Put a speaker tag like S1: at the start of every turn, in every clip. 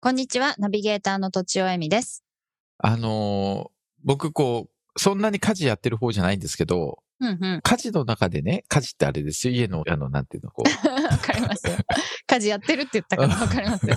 S1: こんにちはナビゲーターのとちおえみです
S2: あのー僕、こう、そんなに家事やってる方じゃないんですけど、
S1: うんうん
S2: 家事の中でね、家事ってあれですよ。家の、あの、なんていうの、こ う。
S1: わかりますよ家事やってるって言った
S2: から
S1: わかりますよ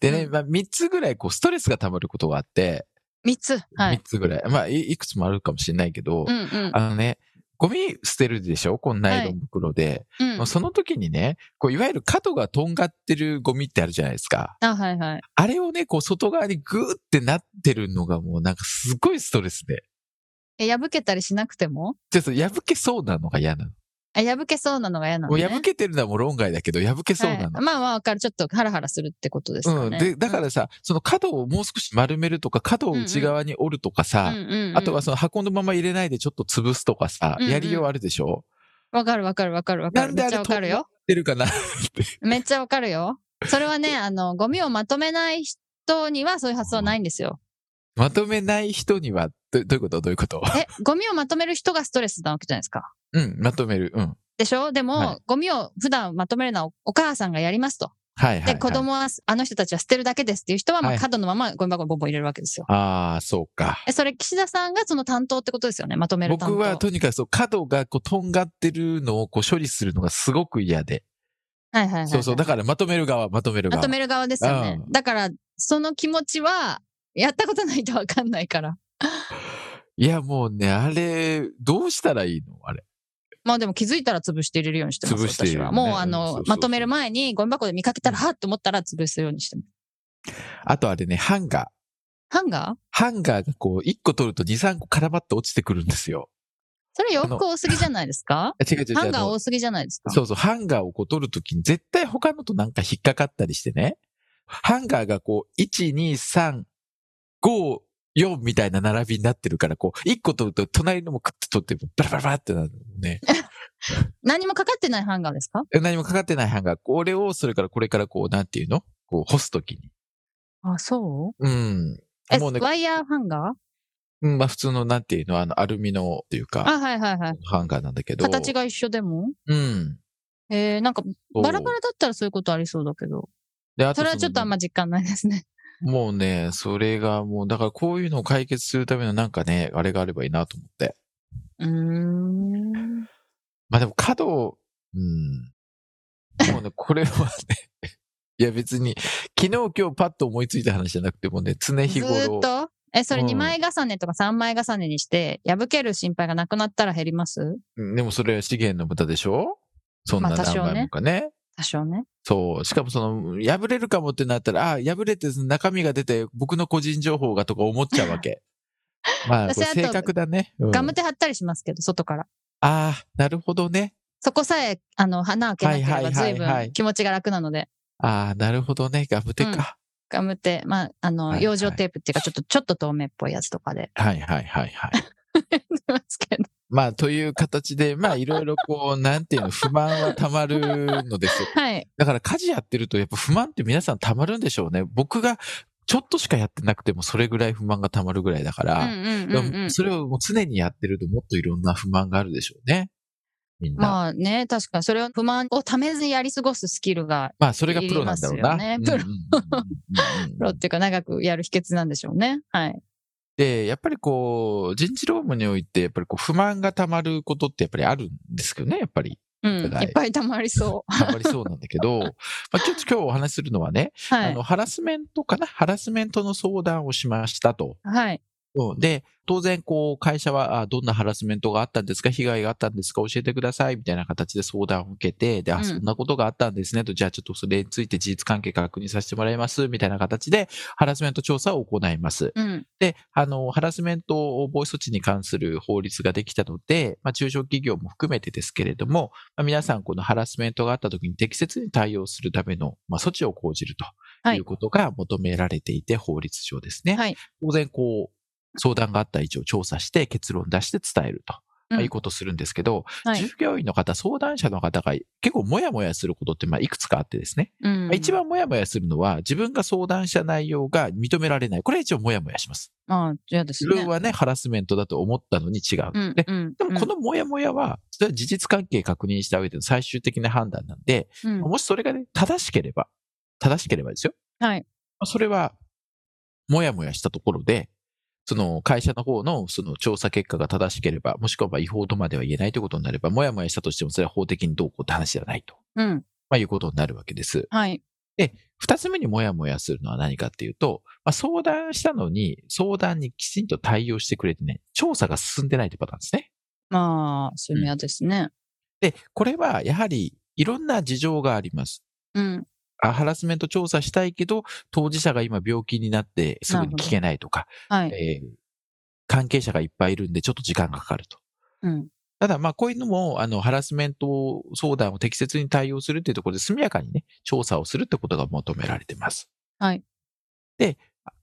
S2: でね、まあ、3つぐらい、こう、ストレスが溜まることがあって、
S1: 3つ
S2: 3つぐらい。まあい、いくつもあるかもしれないけど、
S1: んうん
S2: あのね、ゴミ捨てるでしょこのナイロン袋で。
S1: うん
S2: まあその時にね、こう、いわゆる角がとんがってるゴミってあるじゃないですか。
S1: あはいはい
S2: あれをね、こう、外側にグーってなってるのがもう、なんかすごいストレスで。
S1: え破けたりしなくても
S2: ちょっと破けそうなのが嫌なの。
S1: あ破けそうなのが嫌な
S2: も
S1: の、
S2: う
S1: ね、
S2: 破けてるのはもう論外だけど、破けそうなの。
S1: はい、まあまあわかるちょっとハラハラするってことですかね、
S2: うん。で、だからさ、その角をもう少し丸めるとか、角を内側に折るとかさ、
S1: うんうんうん
S2: あとはその箱のまま入れないでちょっと潰すとかさ、
S1: うんうん
S2: やりようあるでしょ
S1: わかるわかるわかるわか
S2: な
S1: る
S2: んで
S1: め
S2: あ
S1: っち
S2: れ
S1: ゃわかるよ
S2: 出るかな
S1: めっちゃわかるよそれはねあのゴミをまとめない人にはそういう発想はないんですよ
S2: まとめない人には、どどういうことどういうこと
S1: えゴミをまとめる人がストレスなわけじゃないですか
S2: うん、まとめる。うん。
S1: でしょでも、
S2: はい
S1: ゴミを普段まとめるのはお母さんがやりますと
S2: はいはい、は
S1: で、
S2: い。
S1: 子供はあの人たちは捨てるだけですっていう人は、ま
S2: は
S1: あ、
S2: い
S1: 角のままゴミ箱にボンボン入れるわけですよ
S2: ああ、そうか。
S1: えそれ岸田さんがその担当ってことですよねまとめる担当
S2: 僕はとにかくそう、角がこう、とんがってるのをこう、処理するのがすごく嫌で。
S1: はいはいはいはい、
S2: そうそう。だからまとめる側、まとめる
S1: ま
S2: 側。
S1: とめる側ですよね。
S2: う
S1: だから、その気持ちは、やったことないとわかんないから。
S2: いや、もうね、あれ、どうしたらいいのあれ。
S1: まあでも気づいたら潰して入れるようにしてます、
S2: 潰している
S1: 私
S2: よね
S1: は。もうあ
S2: うんそうそ
S1: の
S2: う、そう
S1: まとめる前にゴミ箱で見かけたら、はっと思ったら潰すようにしてます。
S2: あとあれね、ハンガー。
S1: ハンガー
S2: ハンガーがこう、1個取ると2、3個絡まって落ちてくるんですよ。
S1: それ洋服多すぎじゃないで すか
S2: 違う違う違う。
S1: ハンガー
S2: あの
S1: 多すぎじゃないですか
S2: そうそう、ハンガーをこう取るときに絶対他のとなんか引っかかったりしてね。ハンガーがこう、1、2、3、5、4みたいな並びになってるから、こう、1個取ると隣のもクッと取って、バラバラバラってなるのね。
S1: 何もかかってないハンガーですか
S2: 何もかかってないハンガー。これを、それからこれからこう、なんていうのこう、干すときに。
S1: あ、そう
S2: うん。
S1: え、
S2: もうね、
S1: ワイヤーハンガー
S2: うん、まあ普通のなんていうの、あの、アルミのっていうか、
S1: あ、はいはいはい。
S2: ハンガーなんだけど。
S1: 形が一緒でも
S2: うん。
S1: えー、なんか、
S2: そう
S1: バラバラだったらそういうことありそうだけど。
S2: で、あと
S1: それはちょっとあんま実感ないですね。
S2: そのもうね、それがもう、だからこういうのを解決するためのなんかね、あれがあればいいなと思って。
S1: うーん。
S2: まあでも角を、うん。もうね、 これはね、 いや別に、昨日今日パッと思いついた話じゃなくてもね、常日
S1: ず
S2: 頃。
S1: ーっとえ、それ
S2: うん
S1: 2枚重ねとか3枚重ねにして、破ける心配がなくなったら減ります
S2: うんでもそれは資源の無駄でしょそんな
S1: まあ多
S2: 何
S1: 少ね
S2: 枚もかね。
S1: 多少ね。
S2: そう。しかもその、破れるかもってなったら、あ破れて中身が出て、僕の個人情報がとか思っちゃうわけ。 まあ、これ
S1: 私あと
S2: 性格だね。うん
S1: ガムテ貼ったりしますけど、外から。
S2: ああ、なるほどね。
S1: そこさえ、あの、花開けなければ
S2: はいは
S1: 随
S2: いはいはい
S1: 分気持ちが楽なので、
S2: ああ、なるほどね。ガムテか。
S1: ガムテ、まあ、あ
S2: はい
S1: の、
S2: はい
S1: 養生テープっていうか、ちょっと、ちょっと透明っぽいやつとかで。
S2: はいはいはいはい。
S1: ますけど
S2: まあ、という形で、まあ、いろいろ こう、なんていうの、不満は溜まるのですよ。
S1: はい。
S2: だから、家事やってると、やっぱ不満って皆さん溜まるんでしょうね。僕が、ちょっとしかやってなくても、それぐらい不満が溜まるぐらいだか
S1: うん
S2: ら、
S1: うんうんうん
S2: でも。それをもう常にやってると、もっといろんな不満があるでしょうね。みんな。
S1: まあね、確かにそれを不満をためずにやり過ごすスキルが、
S2: まあ、それがプロなんだろうな。
S1: いりますよね プロ
S2: ロ
S1: っていうか長くやる秘訣なんでしょうね。はい。
S2: で、やっぱりこう、人事労務において、やっぱりこう、不満が溜まることってやっぱりあるんですけどね、やっぱり。
S1: うん。
S2: はい
S1: いっぱい溜まりそ
S2: 溜まりそうなんだけ ど、まあ、ちょっと今日お話しするのはね、
S1: う。は
S2: あ
S1: い
S2: の、。ハラスメントかなハラスメントの相談をしましたと。
S1: はい。
S2: うんで、当然、こう、会社は、あどんなハラスメントがあったんですか被害があったんですか教えてくださいみたいな形で相談を受けて、で、
S1: う
S2: あ、
S1: ん
S2: そんなことがあったんですねと、じゃあちょっとそれについて事実関係確認させてもらいますみたいな形で、ハラスメント調査を行います。
S1: うん。
S2: で、あの、ハラスメント防止措置に関する法律ができたので、まあ、中小企業も含めてですけれども、まあ、皆さん、このハラスメントがあった時に適切に対応するための、まあ、措置を講じるとということが求められていて、法律上ですね。
S1: はい
S2: 当然、こう、相談があった以上調査して結論出して伝えると。まあ
S1: うん
S2: いうことするんですけど、
S1: はい
S2: 従業員の方、相談者の方が結構モヤモヤすることって、まあ、いくつかあってですね。
S1: うん
S2: まあ一番モヤモヤするのは、自分が相談した内容が認められない。これは一応モヤモヤします。
S1: ああ嫌です
S2: 自
S1: ね
S2: 分はね、ハラスメントだと思ったのに違う。
S1: うん
S2: で
S1: うん
S2: でもこのモヤモヤは、それは事実関係確認した上での最終的な判断なんで、
S1: うんうん
S2: もしそれがね、正しければ、正しければですよ。
S1: はい
S2: まあそれは、もやもやしたところで、その会社の方のその調査結果が正しければ、もしくはまあ違法とまでは言えないということになれば、もやもやしたとしてもそれは法的にどうこうって話ではないと、
S1: うん
S2: まあ、いうことになるわけです。
S1: はい
S2: 二つ目にもやもやするのは何かっていうと、まあ、相談したのに、相談にきちんと対応してくれてね、調査が進んでないというパターンですね。
S1: まあそういうの嫌ですね
S2: で、これはやはりいろんな事情があります。
S1: うん
S2: あハラスメント調査したいけど、当事者が今病気になってすぐに聞けないとか、
S1: はい
S2: えー関係者がいっぱいいるんでちょっと時間がかかると。
S1: うん
S2: ただまあこういうのも、あの、ハラスメント相談を適切に対応するっていうところで速やかにね、調査をするってことが求められてます。
S1: はい
S2: で、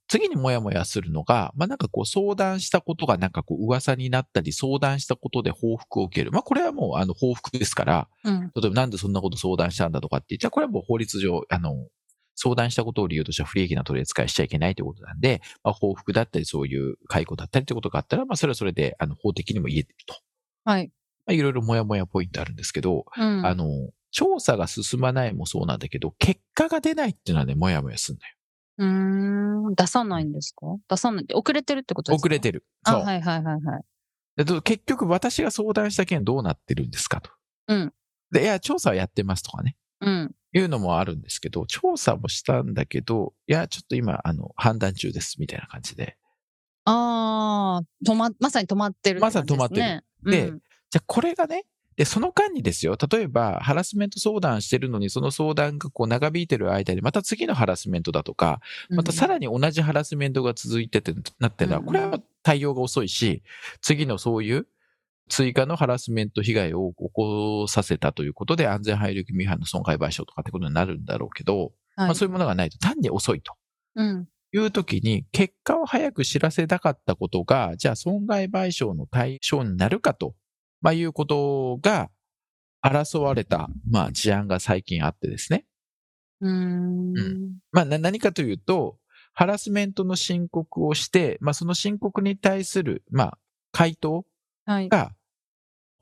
S2: 次にもやもやするのが、まあなんかこう相談したことがなんかこう噂になったり、相談したことで報復を受ける。まあこれはもうあの報復ですから、
S1: うん
S2: 例えばなんでそんなこと相談したんだとかって言ったら、これはもう法律上、あの、相談したことを理由としては不利益な取り扱いしちゃいけないということなんで、まあ、報復だったり、そういう解雇だったりということがあったら、まあ、それはそれで、あの、法的にも言えてると。
S1: はい
S2: まあ、いろいろもやもやポイントあるんですけど、
S1: うん
S2: あの、調査が進まないもそうなんだけど、結果が出ないっていうのはね、もやもやすんだよ。
S1: うーん出さないんですか出さないって遅れてるってことですか
S2: 遅れてる。
S1: あ
S2: そう。
S1: はいはいはいはい
S2: でど結局、私が相談した件どうなってるんですかと。
S1: うん。
S2: で、いや、調査はやってますとかね。
S1: うん
S2: いうのもあるんですけど、調査もしたんだけど、いや、ちょっと今、あの、判断中です、みたいな感じで。
S1: ああ止ままさに止まってるって
S2: まさに止まって
S1: 感じ
S2: る
S1: ですね
S2: で
S1: うん
S2: じゃあ、これがね、で、その間にですよ、例えば、ハラスメント相談してるのに、その相談がこう長引いてる間に、また次のハラスメントだとか、またさらに同じハラスメントが続いてて、なってるのは、
S1: うん
S2: これは対応が遅いし、次のそういう追加のハラスメント被害を起こさせたということで、安全配慮義務違反の損害賠償とかってことになるんだろうけど、
S1: うん
S2: ま
S1: は
S2: あ、
S1: い
S2: そういうものがないと、単に遅いと。
S1: うん
S2: いう時に、結果を早く知らせたかったことが、じゃあ損害賠償の対象になるかと、まあ、いうことが争われた、まあ、事案が最近あってですね。
S1: うー
S2: うん
S1: ん
S2: まあ、な何かというと、ハラスメントの申告をして、まあ、その申告に対する、まあ、回答
S1: はい
S2: が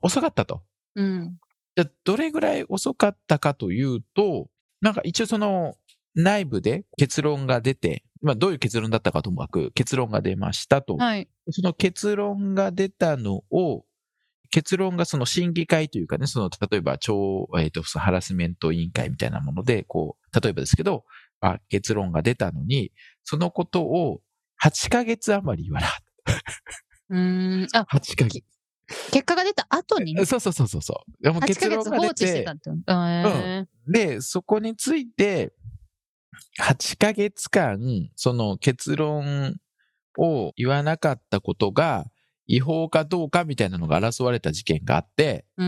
S2: 遅かったと。
S1: うん
S2: じゃあどれぐらい遅かったかというと、なんか一応その内部で結論が出て、まあどういう結論だったかともかく結論が出ましたと。
S1: はい
S2: その結論が出たのを、結論がその審議会というかね、その例えば超、えーと、そのハラスメント委員会みたいなもので、こう、例えばですけど、あ結論が出たのに、そのことを8ヶ月余り 言わなかっ
S1: うーんあ
S2: た。8ヶ月。
S1: 結果が出た後にね
S2: そうそうそうそうそう。でも
S1: 8ヶ
S2: 結論
S1: 月
S2: が
S1: 放
S2: 出
S1: 置して
S2: て
S1: た、ってことへー
S2: で、そこについて、8ヶ月間、その結論を言わなかったことが、違法かどうかみたいなのが争われた事件があって、
S1: うー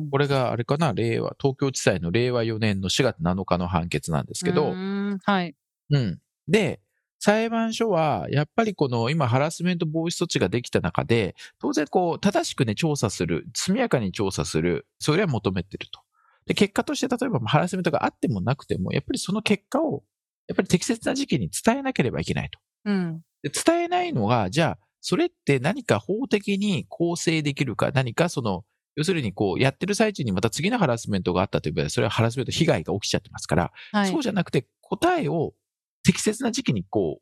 S1: ん
S2: これがあれかな、令和、東京地裁の令和4年の4月7日の判決なんですけ
S1: う
S2: ど、
S1: ーんはい
S2: うん。で、裁判所は、やっぱりこの今ハラスメント防止措置ができた中で、当然こう、正しくね、調査する、速やかに調査する、それは求めてると。で、結果として、例えばハラスメントがあってもなくても、やっぱりその結果を、やっぱり適切な時期に伝えなければいけないと。
S1: うん
S2: で伝えないのが、じゃあ、それって何か法的に構成できるか、何かその、要するにこう、やってる最中にまた次のハラスメントがあったという場合は、それはハラスメント被害が起きちゃってますから、
S1: はい
S2: そうじゃなくて、答えを適切な時期にこ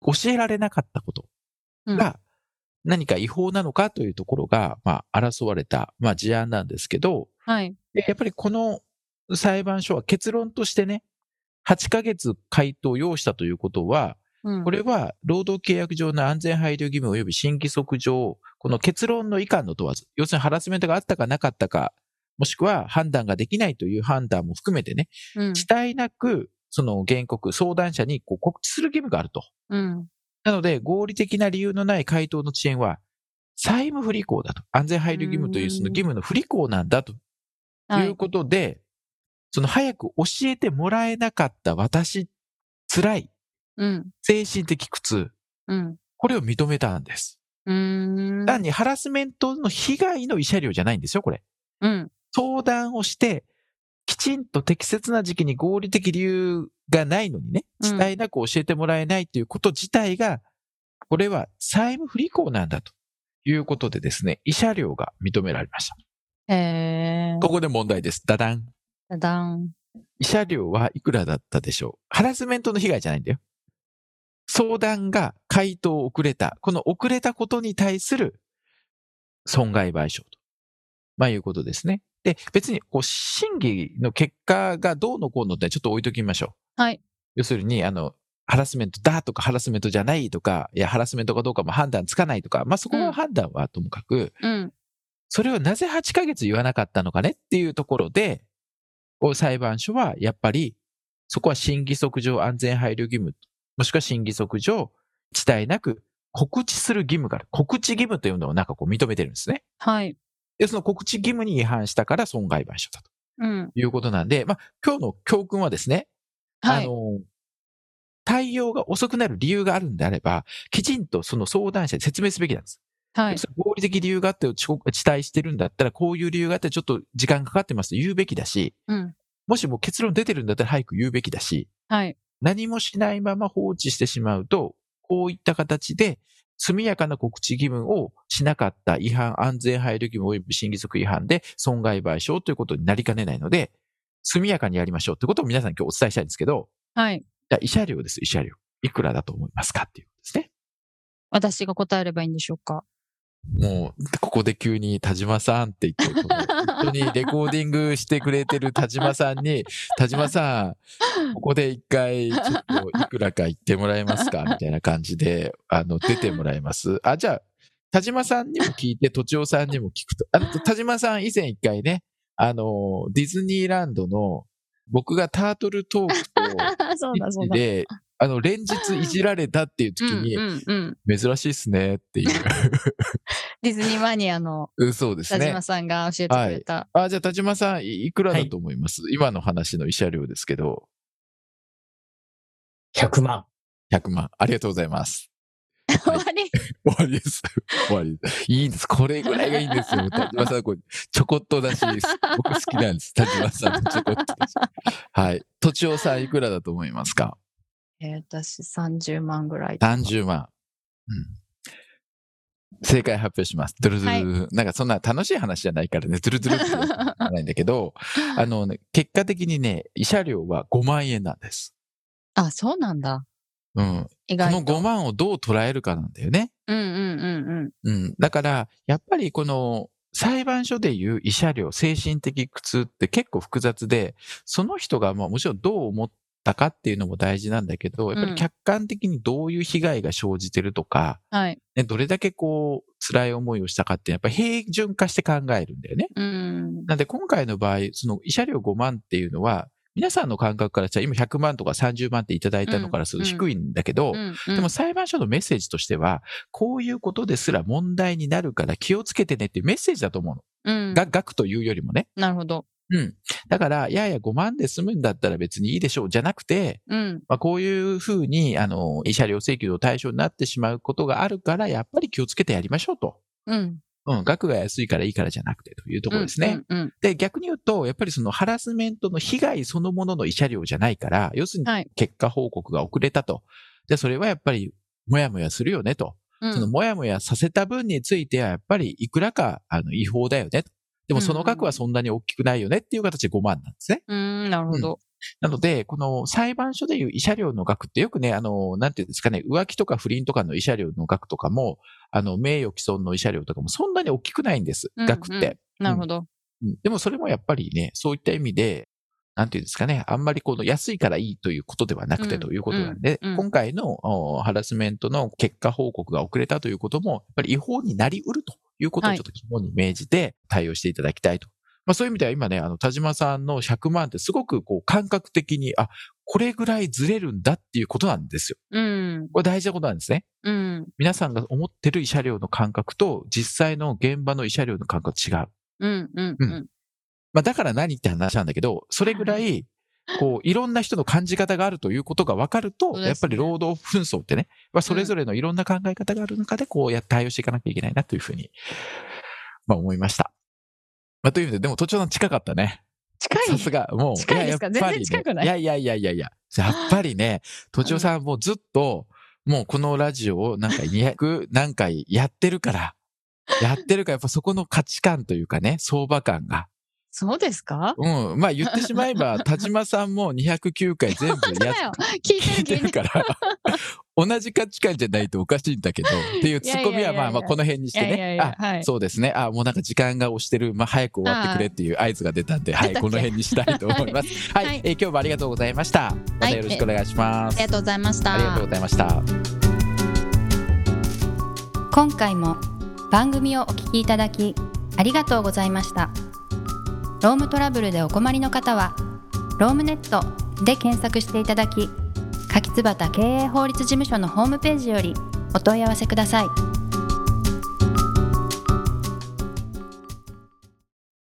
S2: う、教えられなかったことが、何か違法なのかというところが、まあ、争われた、まあ、事案なんですけど、
S1: はい
S2: でやっぱりこの裁判所は結論としてね、8ヶ月回答を要したということは、
S1: うん
S2: これは労働契約上の安全配慮義務及び新規則上、この結論の以下の問わず、要するにハラスメントがあったかなかったか、もしくは判断ができないという判断も含めてね、
S1: うん
S2: 遅滞なく、その原告、相談者にこう告知する義務があると。
S1: うん
S2: なので、合理的な理由のない回答の遅延は、債務不履行だと。安全配慮義務といううんその義務の不履行なんだと
S1: はい
S2: いうことで、その早く教えてもらえなかった私辛い、
S1: うん。
S2: 精神的苦痛、
S1: うん。
S2: これを認めたんです。
S1: うーん。
S2: 単にハラスメントの被害の慰謝料じゃないんですよ、これ。
S1: うん。
S2: 相談をして、きちんと適切な時期に合理的理由がないのにね、
S1: うん
S2: 伝えなく教えてもらえないということ自体が、これは債務不履行なんだということでですね、慰謝料が認められました。
S1: へえ。
S2: ここで問題です。ダダン。
S1: だだん。
S2: 慰謝料はいくらだったでしょうハラスメントの被害じゃないんだよ。相談が回答を遅れた。この遅れたことに対する損害賠償と。まあいうことですね。で、別にこう審議の結果がどうのこうのってちょっと置いときましょう。
S1: はい。
S2: 要するに、あの、ハラスメントだとかハラスメントじゃないとか、いや、ハラスメントかどうかも判断つかないとか、まあそこの判断はともかく、
S1: うん。
S2: それをなぜ8ヶ月言わなかったのかねっていうところで、こう裁判所はやっぱり、そこは審議則上安全配慮義務、もしくは審議則上、遅滞なく告知する義務がある。告知義務というのをなんかこう認めてるんですね。
S1: はい。
S2: で、その告知義務に違反したから損害賠償だと
S1: うん。
S2: いうことなんで、まあ今日の教訓はですね、
S1: は
S2: あ
S1: い。
S2: の、対応が遅くなる理由があるんであれば、きちんとその相談者に説明すべきなんです。
S1: はい。
S2: 合理的理由があって遅刻、遅滞してるんだったら、こういう理由があってちょっと時間かかってますと言うべきだし、
S1: うん。
S2: もしもう結論出てるんだったら早く言うべきだし、
S1: はい。
S2: 何もしないまま放置してしまうと、こういった形で、速やかな告知義務をしなかった違反、安全配慮義務及び審議則違反で損害賠償ということになりかねないので、速やかにやりましょうということを皆さんに今日お伝えしたいんですけど、
S1: はい。
S2: じゃあ、慰謝料です、慰謝料。いくらだと思いますかっていうことですね。
S1: 私が答えればいいんでしょうか。
S2: もう、ここで急に田島さんって言って、この本当 にレコーディングしてくれてる田島さんに、田島さん、ここで一回、ちょっといくらか言ってもらえますかみたいな感じで、あの、出てもらえます。あ、じゃあ、田島さんにも聞いて、とちおさんにも聞くと。あの、田島さん以前一回ね、あの、ディズニーランドの、僕がタートルトークと、
S1: そうだそうだ。
S2: で、あの、連日いじられたっていう時
S1: うん
S2: に
S1: う、んうん。
S2: 珍しいっすねって いう。
S1: ディズニーマニアの
S2: うんそうです
S1: 田
S2: ね。
S1: 島さんが教えてくれた。
S2: あ、じゃあ田島さん、いいくら
S3: は
S2: だ
S3: い
S2: と思います、今の話の慰謝料ですけど、
S3: 100万。
S2: 100万。ありがとうございます。
S1: 終
S2: はい
S1: わり。
S2: 終わりです。終わりです。いいんです。これぐらいがいいんです よ。田島さん、これ、ちょこっとだし、僕好きなんです。田島さんのちょこっとだし。はい。とちおさん、いくらだと思いますか
S1: えー私30万ぐらい。
S2: ?30 万。うん。正解発表します。ドゥルドゥル、なんかそんな楽しい話じゃないからね、ドゥルドゥルってやつじゃないんだけ ど、あのね、結果的にね、慰謝料は5万円なんです。
S1: あ、そうなんだ。
S2: うん。
S1: 意
S2: こ
S1: 外
S2: の5万をどう捉えるかなんだよね。
S1: うんうんうん
S2: うん。だから、やっぱりこの裁判所でいう慰謝料、精神的苦痛って結構複雑で、その人がまあもちろんどう思ったかっていうのも大事なんだけど、やっぱ
S1: う
S2: り
S1: ん
S2: 客観的にどういう被害が生じてるとか、
S1: うん。はい。
S2: ね、どれだけこう辛い思いをしたかってやっぱり平準化して考えるんだよね。
S1: うん。
S2: なんで今回の場合、その慰謝料5万っていうのは、皆さんの感覚からしたら今100万とか30万っていただいたのからすると低いんだけど、
S1: うん
S2: でも、裁判所のメッセージとしては、こういうことですら問題になるから気をつけてねっていうメッセージだと思うの。
S1: うん、
S2: が、額というよりもね。
S1: なるほど。
S2: うん。だから、いやいや5万で済むんだったら別にいいでしょうじゃなくて、
S1: うん。
S2: まあ、こういうふうに、あの、慰謝料請求の対象になってしまうことがあるから、やっぱり気をつけてやりましょうと。
S1: うん。
S2: うん。額が安いからいいからじゃなくてというところですね。
S1: うん。うん。
S2: で、逆に言うと、やっぱりそのハラスメントの被害そのものの慰謝料じゃないから、要する
S1: は
S2: に
S1: い
S2: 結果報告が遅れたと。で、それはやっぱり、もやもやするよねと。
S1: うん
S2: そのもやもやさせた分については、やっぱりいくらかあの違法だよね。でもその額はそんなに大きくないよねっていう形で5万なんですね。
S1: うん。なるほど。
S2: なので、この裁判所でいう慰謝料の額ってよくね、あの、なんていうんですかね、浮気とか不倫とかの慰謝料の額とかも、あの、名誉毀損の慰謝料とかもそんなに大きくないんです。
S1: うん
S2: 額って。
S1: なるほど。
S2: うんでもそれもやっぱりね、そういった意味で、なんていうんですかね、あんまりこの安いからいいということではなく
S1: う
S2: て
S1: ん
S2: ということなんで、
S1: うんうん
S2: 今回のおハラスメントの結果報告が遅れたということも、やっぱり違法になり得るということを
S1: はい
S2: ちょっと肝に銘じて対応していただきたいと。まあそういう意味では今ね、あの、田島さんの100万ってすごくこう感覚的に、あ、これぐらいずれるんだっていうことなんですよ。
S1: うん。
S2: これ大事なことなんですね。
S1: うん。
S2: 皆さんが思ってる慰謝料の感覚と実際の現場の慰謝料の感覚違う。
S1: うん。うん。うん。
S2: まあだから何って話なんだけど、それぐらいこう、いろんな人の感じ方があるということが分かると、
S1: そうですね
S2: やっぱり労働紛争ってね、まあ、それぞれのいろんな考え方がある中で、こうやって対応していかなきゃいけないなというふうに、まあ思いました。まあという意味で、でも都庁さん近かったね。
S1: 近い
S2: さすが、もう。
S1: 近いですか
S2: ややっぱりね
S1: 全然近くない
S2: いやいやいやいやいや、やっぱりね、都庁さんもうずっと、もうこのラジオをなんか200何回やってるから、やってるから、やっぱそこの価値観というかね、相場感が、
S1: そうですか
S2: うん。まあ言ってしまえば、田島さんも209回全部
S1: 本当
S2: やっ
S1: だよ。聞い
S2: 聞いて
S1: てる聞
S2: る
S1: いてる。
S2: から、 同じ価値観じゃないとおかしいんだけど、っていうツッコミ
S1: い
S2: はい
S1: ややいや
S2: まあまあこの辺にし
S1: い
S2: て
S1: やいやい
S2: ね。あ
S1: や、はい。
S2: そうですね。あ、もうなんか時間が押してる。まあ、早く終わってくれっていう合図が出たんで、はい、
S1: 出たっけ
S2: この辺にしたいと思い ます。は、
S1: はいい
S2: えー今日もありがとうございました。またよろしくお願いしま
S1: あ
S2: す。
S1: りがとうございました。
S2: ありがとうございました。
S4: 今回も番組をお聞きいただきありがとうございましたロームトラブルでお困りの方は「ロームネット」で検索していただき柿椿経営法律事務所のホームページよりお問い合わせください